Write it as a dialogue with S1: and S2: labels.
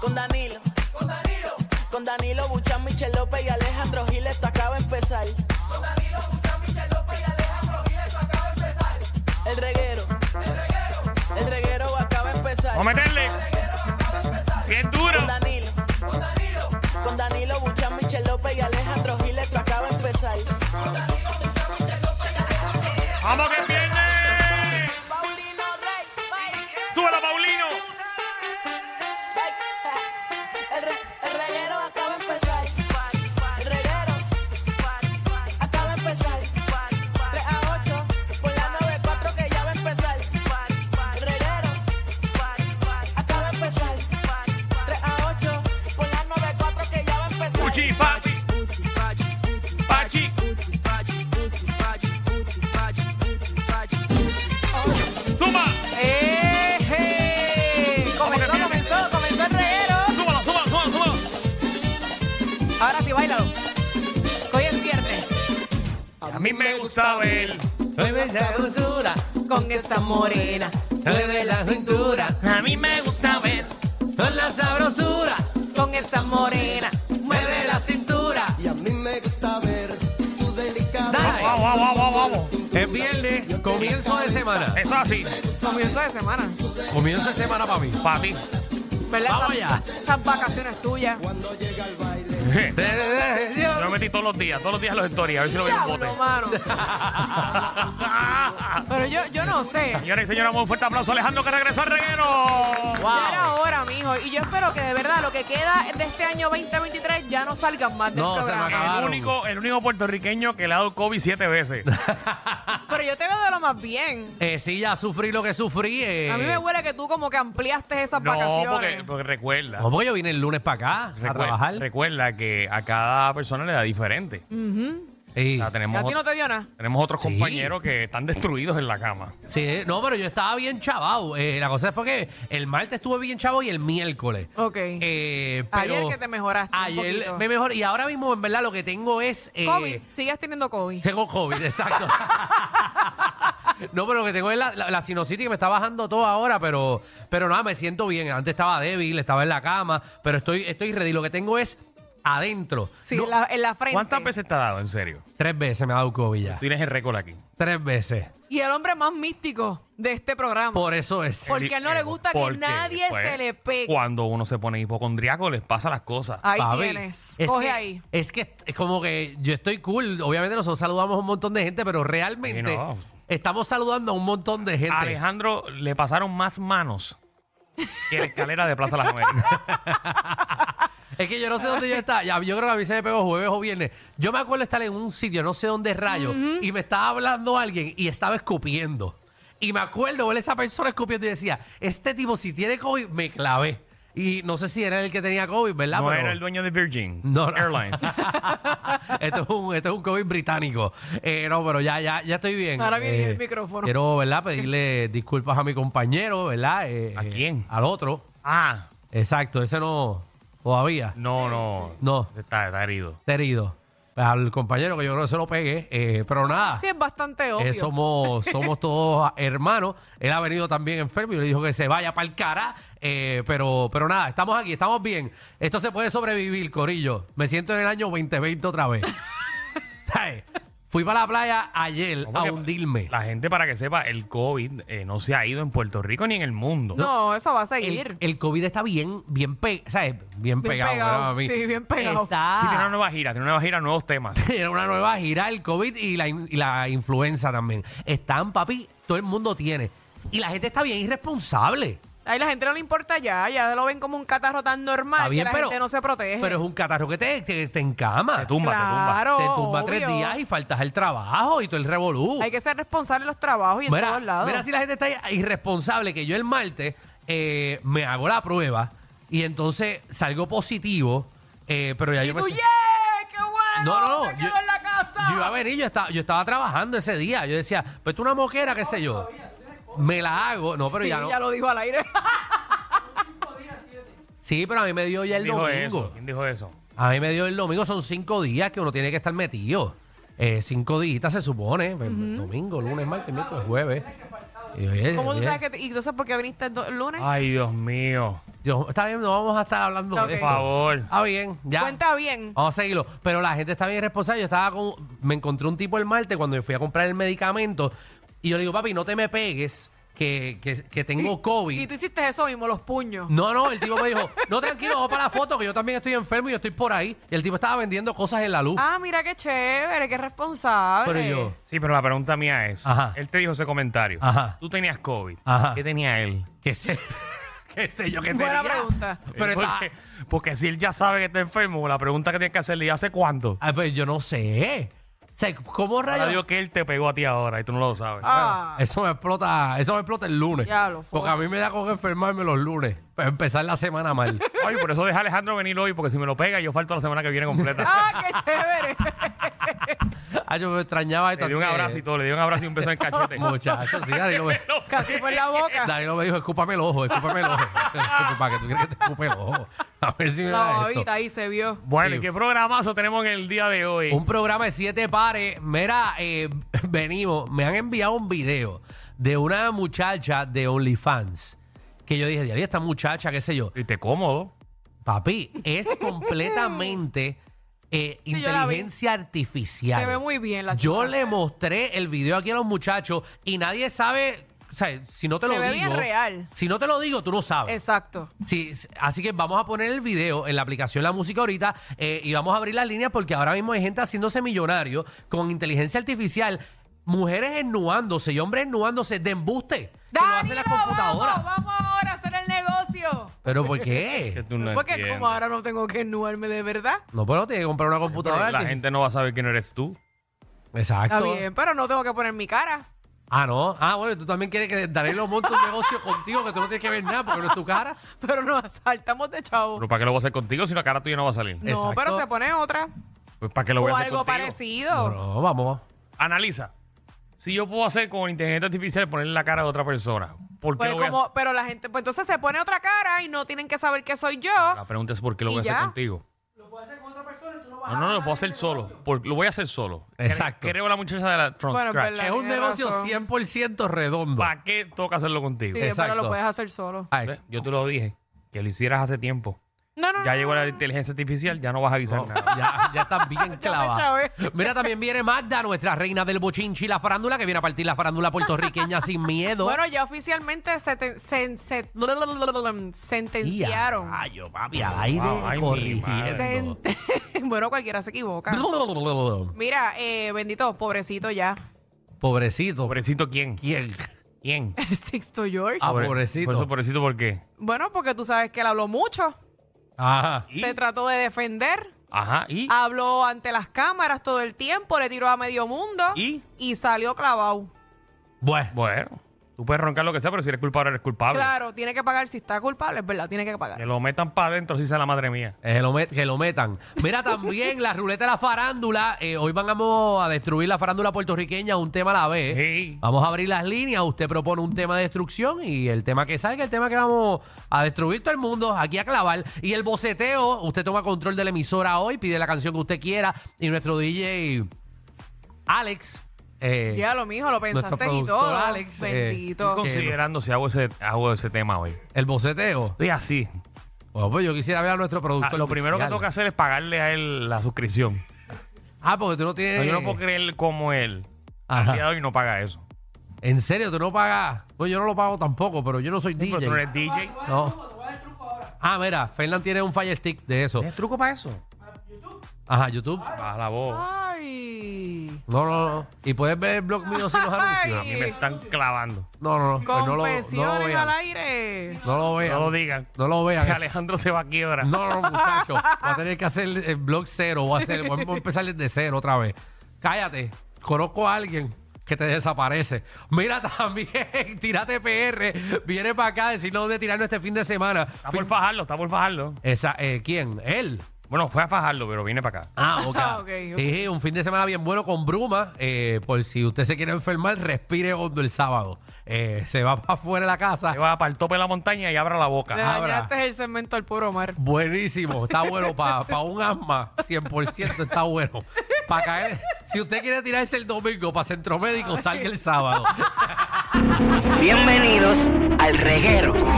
S1: Con Danilo. Con Danilo. Con Danilo Buchan, Michel López y Alejandro Gil, esto acaba de empezar. Con Danilo Buchan, Michel López y Alejandro Gil, esto acaba de empezar. El reguero. El reguero. El reguero acaba de empezar.
S2: Vamos a meterle. Bien duro.
S1: Con Danilo. Con Danilo. Con Danilo Buchan, Michel López y Alejandro Gil, esto acaba de empezar.
S2: Vamos que es viernes.
S1: Paulino Rey. Bye.
S2: Súbelo, Paulino.
S1: Bye. El, re- el reguero acaba de empezar. El reguero acaba de empezar. 3 a 8 por la 94 que ya va a empezar. El reguero acaba de empezar. 3 a 8 por la 94 que ya va a empezar.
S2: Uchi, papi. Pachi. Suma.
S3: ¡Eje!
S2: Vamos, que
S3: Comenzó, comenzó, comenzó el reguero.
S2: Súbalo, súbalo, súbalo, súbalo.
S3: Ahora sí, bailalo. Hoy es viernes.
S2: A mí me gusta ver.
S4: Mueve la cintura,
S3: Con esta morena.
S4: mueve la cintura,
S2: A mí me gusta ver.
S4: con la sabrosura,
S3: Con esta morena.
S4: mueve la cintura.
S5: Y a mí me gusta ver su delicada.
S4: Dale.
S2: Vamos, vamos, vamos, vamos.
S4: Es viernes, comienzo de semana.
S2: Eso así.
S3: Comienzo de semana.
S4: Comienzo de semana para mí.
S2: Para ti.
S3: ¿Verdad?
S4: Vamos
S3: Estas-
S4: allá.
S3: Estas vacaciones tuyas.
S2: Yo
S4: De- de- de- de-
S2: me metí todos los días, todos los días los stories, a ver si lo veo un bote.
S3: Diablo, mano. Pero yo, yo no sé.
S2: Señores y señores, un fuerte aplauso a Alejandro que regresó al reguero.
S3: Ya era hora, mijo. Y yo espero que de verdad lo que queda de este año 2023 ya no salgan más del
S4: No, se me
S3: programa.
S4: acabó.
S2: El
S4: Claro.
S2: único, el único puertorriqueño que le ha dado COVID siete veces.
S3: Pero yo te veo de lo más bien.
S4: Eh, sí, ya sufrí lo que sufrí. eh.
S3: A mí me huele que tú como que ampliaste esas
S2: No,
S3: vacaciones.
S2: porque, porque recuerda.
S4: No, porque yo vine el lunes para acá a
S2: Recuerda,
S4: trabajar.
S2: recuerda que a cada persona le da diferente. O
S4: Sí.
S2: sea,
S3: ¿A
S2: tenemos,
S3: ti no te dio nada?
S2: tenemos otros
S4: Sí.
S2: compañeros que están destruidos en la cama.
S4: Sí, eh, no, pero yo estaba bien chavado. Eh, la cosa fue que el martes estuve bien chavo y el miércoles.
S3: Ok.
S4: Eh,
S3: Ayer
S4: pero
S3: que te mejoraste un
S4: Ayer
S3: poquito.
S4: me mejoré. Y ahora mismo, en verdad, lo que tengo es. eh,
S3: COVID, sigues teniendo COVID.
S4: Tengo COVID, exacto. No, pero lo que tengo es la, la, la sinusitis que me está bajando todo ahora, pero, pero nada, me siento bien. Antes estaba débil, estaba en la cama, pero estoy, estoy ready. Lo que tengo es adentro.
S3: Sí,
S4: No,
S3: en, la, en la frente.
S2: ¿Cuántas veces te ha dado, en serio?
S4: Tres veces me ha dado COVID ya.
S2: Tienes el récord aquí.
S4: Tres veces.
S3: Y el hombre más místico de este programa.
S4: Por eso es.
S3: Por- Porque a él no le gusta que
S2: Porque,
S3: nadie
S2: pues,
S3: se le pegue. Ah,
S2: Cuando uno se pone hipocondriaco, les pasa las cosas.
S3: ahí
S4: Papi,
S3: tienes.
S4: es
S3: Coge
S4: que-
S3: ahí.
S4: Es que es como que yo estoy cool. Obviamente nosotros saludamos a un montón de gente, pero realmente
S2: Sí, no.
S4: estamos saludando a un montón de gente.
S2: A Alejandro le pasaron más manos que la escalera de Plaza Las Américas.
S4: Es que yo no sé dónde yo estaba. Ya, yo creo que a mí se me pegó jueves o viernes. Yo me acuerdo estar en un sitio, no sé dónde rayo, y me estaba hablando alguien y estaba escupiendo. Y me acuerdo ver esa persona escupiendo y decía, este tipo si tiene COVID, me clavé. Y no sé si era el que tenía COVID, ¿verdad?
S2: No
S4: Pero-
S2: era el dueño de Virgin
S4: No, no.
S2: Airlines.
S4: esto, es un, esto es un COVID británico. Eh, no, pero ya, ya, ya estoy bien.
S3: Ahora viene
S4: Eh,
S3: el micrófono.
S4: Quiero, ¿verdad? Pedirle disculpas a mi compañero, ¿verdad? Eh,
S2: ¿A
S4: eh,
S2: quién?
S4: al otro.
S2: Ah,
S4: Exacto, ese no, todavía.
S2: no, no.
S4: No.
S2: Está, está herido.
S4: está herido. Pues, Al compañero que yo creo que se lo pegué, eh, pero nada.
S3: Sí, es bastante obvio.
S4: eh, somos, somos todos hermanos. Él ha venido también enfermo y le dijo que se vaya para el cara. eh, pero, pero nada, estamos aquí, estamos bien. Esto se puede sobrevivir, Corillo. Me siento en el año 2020 otra vez. ¿Sabes? Fui para la playa ayer
S2: Vamos
S4: a
S2: que
S4: hundirme.
S2: La gente, para que sepa, el COVID eh, no se ha ido en Puerto Rico ni en el mundo.
S3: no, eso va a seguir.
S4: El, el COVID está bien, bien, pe- ¿sabes? bien pegado.
S3: pegado,
S4: ¿verdad, mami?
S3: sí, bien pegado.
S4: Está-
S2: Sí, tiene una nueva gira, tiene una nueva gira, nuevos temas.
S4: Era una nueva gira, el COVID y la, in- y la influenza también. Están, papi, todo el mundo tiene. Y la gente está bien irresponsable.
S3: Ahí la gente no le importa ya, ya lo ven como un catarro tan normal
S4: Está bien,
S3: que la
S4: pero,
S3: gente no se protege.
S4: pero es un catarro que te, te, te encama.
S2: Se tumba, se tumba.
S3: claro,
S4: Te tumba tres
S3: obvio.
S4: días y faltas al trabajo y todo el revolú.
S3: Hay que ser responsable en los trabajos y en
S4: Mira,
S3: todos lados.
S4: mira si la gente está irresponsable que yo el martes eh, me hago la prueba y entonces salgo positivo, eh, pero ya
S3: y
S4: yo me
S3: tú,
S4: sé-
S3: yeah, qué bueno,
S4: No, no,
S3: me quedo en la casa.
S4: yo iba a venir, yo estaba, yo estaba trabajando ese día. Yo decía, pues tú una moquera, qué sé yo. Me la hago. No, pero
S3: Sí,
S4: ya no.
S3: ya lo dijo al aire.
S4: Sí, pero a mí me dio ya el
S2: ¿Quién dijo eso?
S4: domingo.
S2: ¿Quién dijo eso?
S4: A mí me dio el domingo. Son cinco días que uno tiene que estar metido. Eh, cinco días se supone. pues, Domingo, lunes, martes, miércoles, jueves. Y, oye,
S3: ¿Cómo tú
S4: oye, Ah,
S3: sabes que te- y entonces por qué viniste el do- el lunes?
S2: Ay, Dios mío.
S4: Dios, está bien, no vamos a estar hablando
S3: Ok.
S4: de esto.
S2: Por favor.
S4: Está bien, ya. Ah,
S3: Cuenta bien.
S4: Vamos a seguirlo. Pero la gente está bien responsable. Yo estaba con. Me encontré un tipo el martes cuando me fui a comprar el medicamento. Y yo le digo, papi, no te me pegues, que, que- que tengo COVID.
S3: Y tú hiciste eso mismo, los puños.
S4: No, no, el tipo me dijo, no, tranquilo, vamos para la foto, que yo también estoy enfermo y yo estoy por ahí. Y el tipo estaba vendiendo cosas en la luz.
S3: Ah, mira qué chévere, qué responsable.
S4: pero yo,
S2: Sí, pero la pregunta mía es,
S4: Ajá.
S2: él te dijo ese comentario.
S4: Ajá.
S2: Tú tenías COVID.
S4: Ajá.
S2: ¿Qué tenía él?
S4: qué sé, qué sé yo qué
S3: Buena
S4: tenía.
S3: pregunta.
S4: Pero
S2: Eh,
S4: está-
S2: porque, porque si él ya sabe que está enfermo, la pregunta que tienes que hacerle, ¿y hace cuánto?
S4: Ah, pues yo no sé. O sea, ¿cómo
S2: Ahora digo
S4: rayos?
S2: que él te pegó a ti ahora y tú no lo sabes.
S3: Ah,
S4: Eso me explota, eso me explota el lunes.
S3: Ya lo fue.
S4: porque a mí me da con enfermarme los lunes. Para empezar la semana mal.
S2: Oye, por eso deja a Alejandro venir hoy, porque si me lo pega, yo falto la semana que viene completa.
S3: ah qué chévere.
S4: ah, yo me extrañaba esto.
S2: le di un
S4: así que-
S2: abrazo y todo, le di un abrazo y un beso en el cachete.
S3: Este.
S4: Muchachos, sí, Danilo me,
S3: Casi por la boca.
S4: Danilo me dijo, escúpame el ojo, escúpame el ojo. Para que tú quieres que te escupe el ojo. A ver si me
S3: La
S4: da esto.
S3: babita ahí se vio.
S2: Bueno, ¿y qué programazo tenemos en el día de hoy?
S4: Un programa de siete pares. Mira, eh, venimos, me han enviado un video de una muchacha de OnlyFans. Que yo dije, diario, esta muchacha, qué sé yo.
S2: Y te cómodo.
S4: Papi, es completamente eh,
S3: Sí, yo la vi.
S4: inteligencia artificial.
S3: Se ve muy bien la
S4: Yo
S3: chica.
S4: le mostré el video aquí a los muchachos y nadie sabe, o sea, si no te
S3: Se
S4: lo
S3: ve bien
S4: digo.
S3: real.
S4: Si no te lo digo, tú no sabes.
S3: Exacto.
S4: Sí, s- así que vamos a poner el video en la aplicación La Música ahorita eh, y vamos a abrir las líneas porque ahora mismo hay gente haciéndose millonario con inteligencia artificial, mujeres ennuándose y hombres ennuándose de embuste que lo hacen las
S3: Danilo,
S4: computadoras.
S3: Vamos, vamos ahora a hacer el negocio.
S4: ¿Pero por
S2: Que
S4: qué?
S2: tú no
S3: Porque
S2: entiendes.
S3: como ahora no tengo que ennuarme de verdad.
S4: No, pero tiene que comprar una
S2: Pero
S4: computadora.
S2: la
S4: que-
S2: gente no va a saber quién eres tú.
S4: Exacto.
S3: Está bien, pero no tengo que poner mi cara.
S4: Ah, no. Ah, bueno, tú también quieres que Danilo monte un negocio contigo que tú no tienes que ver nada porque no es tu cara.
S3: Pero nos asaltamos de chavo.
S2: Pero ¿para qué lo voy a hacer contigo si la cara tuya no va a salir?
S3: No,
S4: Exacto.
S3: pero se pone otra.
S2: Pues ¿para qué lo voy
S3: O
S2: a hacer
S3: algo
S2: contigo?
S4: No,
S3: parecido.
S4: no, vamos.
S2: Analiza. Si yo puedo hacer con inteligencia artificial ponerle la cara de otra persona, ¿por qué
S3: Pues
S2: lo voy a
S3: como, pero la gente, pues entonces se pone otra cara y no tienen que saber que soy yo.
S2: hacer? La pregunta es ¿por qué lo
S3: Y
S2: voy a hacer
S3: ya.
S2: contigo? Lo puedo hacer con otra persona y tú no vas No, no, lo puedo hacer solo. Por- lo voy a hacer solo. Cre-
S4: Exacto.
S2: Creo la muchacha de la From
S3: Bueno, es
S2: Scratch.
S3: verdad.
S4: Es un
S3: tiene
S4: negocio
S3: razón.
S4: 100% redondo.
S2: ¿Para qué toca hacerlo contigo?
S3: Sí,
S4: Exacto.
S3: pero lo puedes hacer solo.
S4: Ay,
S2: ¿Ves? Pues, Yo te lo dije, que lo hicieras hace tiempo.
S3: No, no,
S2: Ya
S3: no,
S2: llegó la
S3: no, no.
S2: inteligencia artificial, ya no vas a avisar
S4: No,
S2: nada.
S4: ya, ya estás bien clavada.
S3: chavé.
S4: Mira, también viene Magda, nuestra reina del bochinchi y la farándula, que viene a partir la farándula puertorriqueña sin miedo.
S3: Bueno, ya oficialmente se te- sen- se-
S4: Y a
S3: sentenciaron.
S4: rayo, papi, al aire
S2: Ay, mi
S4: corrigiendo.
S3: Sent- bueno, cualquiera se equivoca. Mira, eh, bendito, pobrecito ya.
S4: Pobrecito.
S2: Pobrecito, ¿quién?
S4: ¿Quién?
S2: ¿Quién?
S3: Sixto George.
S4: Ah,
S2: Pobre-
S4: pobrecito.
S2: Por eso, pobrecito, ¿por qué?
S3: Bueno, porque tú sabes que él habló mucho.
S4: Ajá.
S3: Se trató de defender.
S2: Ajá, ¿y?
S3: Ah. Habló ante las cámaras todo el tiempo, le tiró a medio mundo.
S2: ¿Y?
S3: salió clavado.
S4: Bueno,
S2: Bueno, tú puedes roncar lo que sea, pero si eres culpable, eres culpable.
S3: Claro, tiene que pagar. Si está culpable, es verdad, tiene que
S2: Que
S3: pagar.
S2: lo metan para adentro, si sea la madre mía.
S4: eh, lo met- que lo metan. Mira, también la ruleta de la farándula. eh, hoy vamos a destruir la farándula puertorriqueña, un tema a la vez.
S2: Sí.
S4: Vamos a abrir las líneas. Usted propone un tema de destrucción y el tema que salga, el tema que vamos a destruir todo el mundo, aquí a clavar. Y el boceteo, usted toma control de la emisora hoy, pide la canción que usted quiera. Y nuestro DJ Alex. eh,
S3: Ya lo mijo, lo
S4: Nuestro
S3: pensaste y
S4: productor,
S3: todo.
S4: Alex, eh,
S2: Estoy
S3: Bendito.
S4: con-
S2: considerando si hago ese, hago ese tema hoy.
S4: El boceteo.
S2: Estoy así.
S4: Bueno, pues yo quisiera ver a nuestro
S2: Ah,
S4: productor.
S2: lo primero que
S4: musical.
S2: tengo que hacer es pagarle a él la suscripción.
S4: Ah, porque tú no
S2: No,
S4: tienes.
S2: yo no puedo creer como él.
S4: Ajá.
S2: Al día de hoy no paga eso.
S4: En serio, tú no pagas. Bueno, yo no lo pago tampoco, pero yo no soy
S2: Pero
S4: DJ.
S2: tú no eres DJ.
S4: No. Ah, mira, Fernand tiene un Fire Stick de eso.
S2: ¿Tienes truco para eso?
S4: Ajá, YouTube.
S2: Baja la voz.
S3: Ay.
S4: No, no, no. Y puedes ver el blog mío sin los
S2: A
S4: anuncios.
S2: mí me están clavando.
S4: No, no, no. Pues no, lo, no lo
S3: Confesiones al
S4: vean.
S3: aire.
S4: No lo
S2: No lo
S4: vean.
S2: digan.
S4: No lo
S2: Que
S4: vean.
S2: Alejandro se va a quiebra.
S4: No, no, muchachos. Va a tener que hacer el blog cero. Voy a, hacer, voy a empezar desde cero otra vez. Cállate. Conozco a alguien que te desaparece. Mira también, tírate PR. Viene para acá a decirnos dónde tirarnos este fin de semana.
S2: Está por fajarlo, está por fajarlo.
S4: Esa, eh, ¿Quién? Él.
S2: Bueno, fue a fajarlo, pero viene para acá.
S4: Ah, ok.
S3: Ah, ok, ok.
S4: Sí, un fin de semana bien bueno con bruma. eh, por si usted se quiere enfermar, respire hondo el sábado. Eh, se va para afuera de la casa.
S2: Se va para el tope de la montaña y abra la boca.
S3: Le
S4: Abra.
S3: dañaste el segmento al puro mar.
S4: Buenísimo, está bueno para un asma, 100% está bueno. Para caer, si usted quiere tirarse el domingo para centro médico, salga el sábado.
S6: Bienvenidos al reguero.